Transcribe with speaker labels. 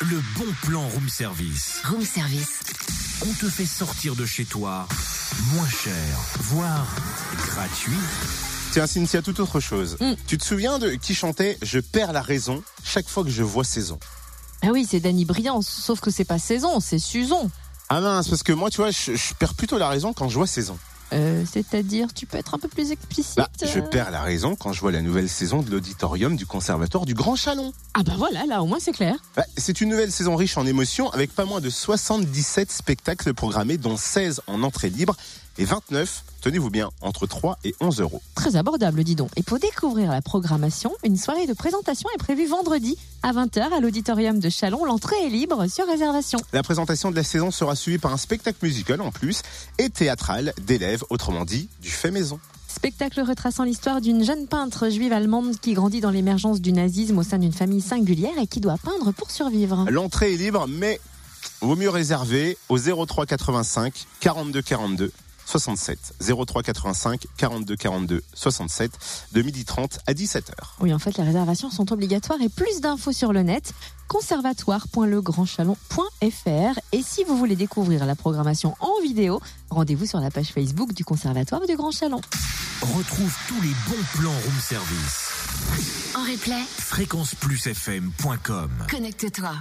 Speaker 1: Le bon plan room service.
Speaker 2: Room service.
Speaker 1: On te fait sortir de chez toi moins cher, voire gratuit.
Speaker 3: Tiens, Cynthia, tout autre chose.
Speaker 2: Mm.
Speaker 3: Tu te souviens de qui chantait Je perds la raison chaque fois que je vois saison
Speaker 2: Ah oui, c'est Danny Brillant, sauf que c'est pas saison, c'est Suzon.
Speaker 3: Ah mince, parce que moi, tu vois, je, je perds plutôt la raison quand je vois saison.
Speaker 2: Euh, C'est-à-dire, tu peux être un peu plus explicite
Speaker 3: Là, Bah, je
Speaker 2: euh
Speaker 3: perds la raison quand je vois la nouvelle saison de l'auditorium du conservatoire du Grand Chalon.
Speaker 2: Ah bah voilà, là au moins c'est clair.
Speaker 3: Bah, C'est une nouvelle saison riche en émotions avec pas moins de 77 spectacles programmés, dont 16 en entrée libre et 29, tenez-vous bien, entre 3 et 11 euros.
Speaker 2: Très abordable, dis donc. Et pour découvrir la programmation, une soirée de présentation est prévue vendredi à 20h à l'auditorium de Chalon. L'entrée est libre sur réservation.
Speaker 3: La présentation de la saison sera suivie par un spectacle musical en plus et théâtral d'élèves, autrement dit, du fait maison.
Speaker 2: Spectacle retraçant l'histoire d'une jeune peintre juive allemande qui grandit dans l'émergence du nazisme au sein d'une famille singulière et qui doit peindre pour survivre.
Speaker 3: L'entrée est libre, mais vaut mieux réserver au 03 85 42 42 67. 03 85 42 42 67 de 12h30 à 17h.
Speaker 2: Oui, en fait, les réservations sont obligatoires et plus d'infos sur le net conservatoire.legrandchalon.fr. Et si vous voulez découvrir la programmation en vidéo, rendez-vous sur la page Facebook du Conservatoire du Grand Chalon.
Speaker 1: Retrouve tous les bons plans room service.
Speaker 4: En replay,
Speaker 1: Fréquenceplusfm.com
Speaker 4: connecte-toi.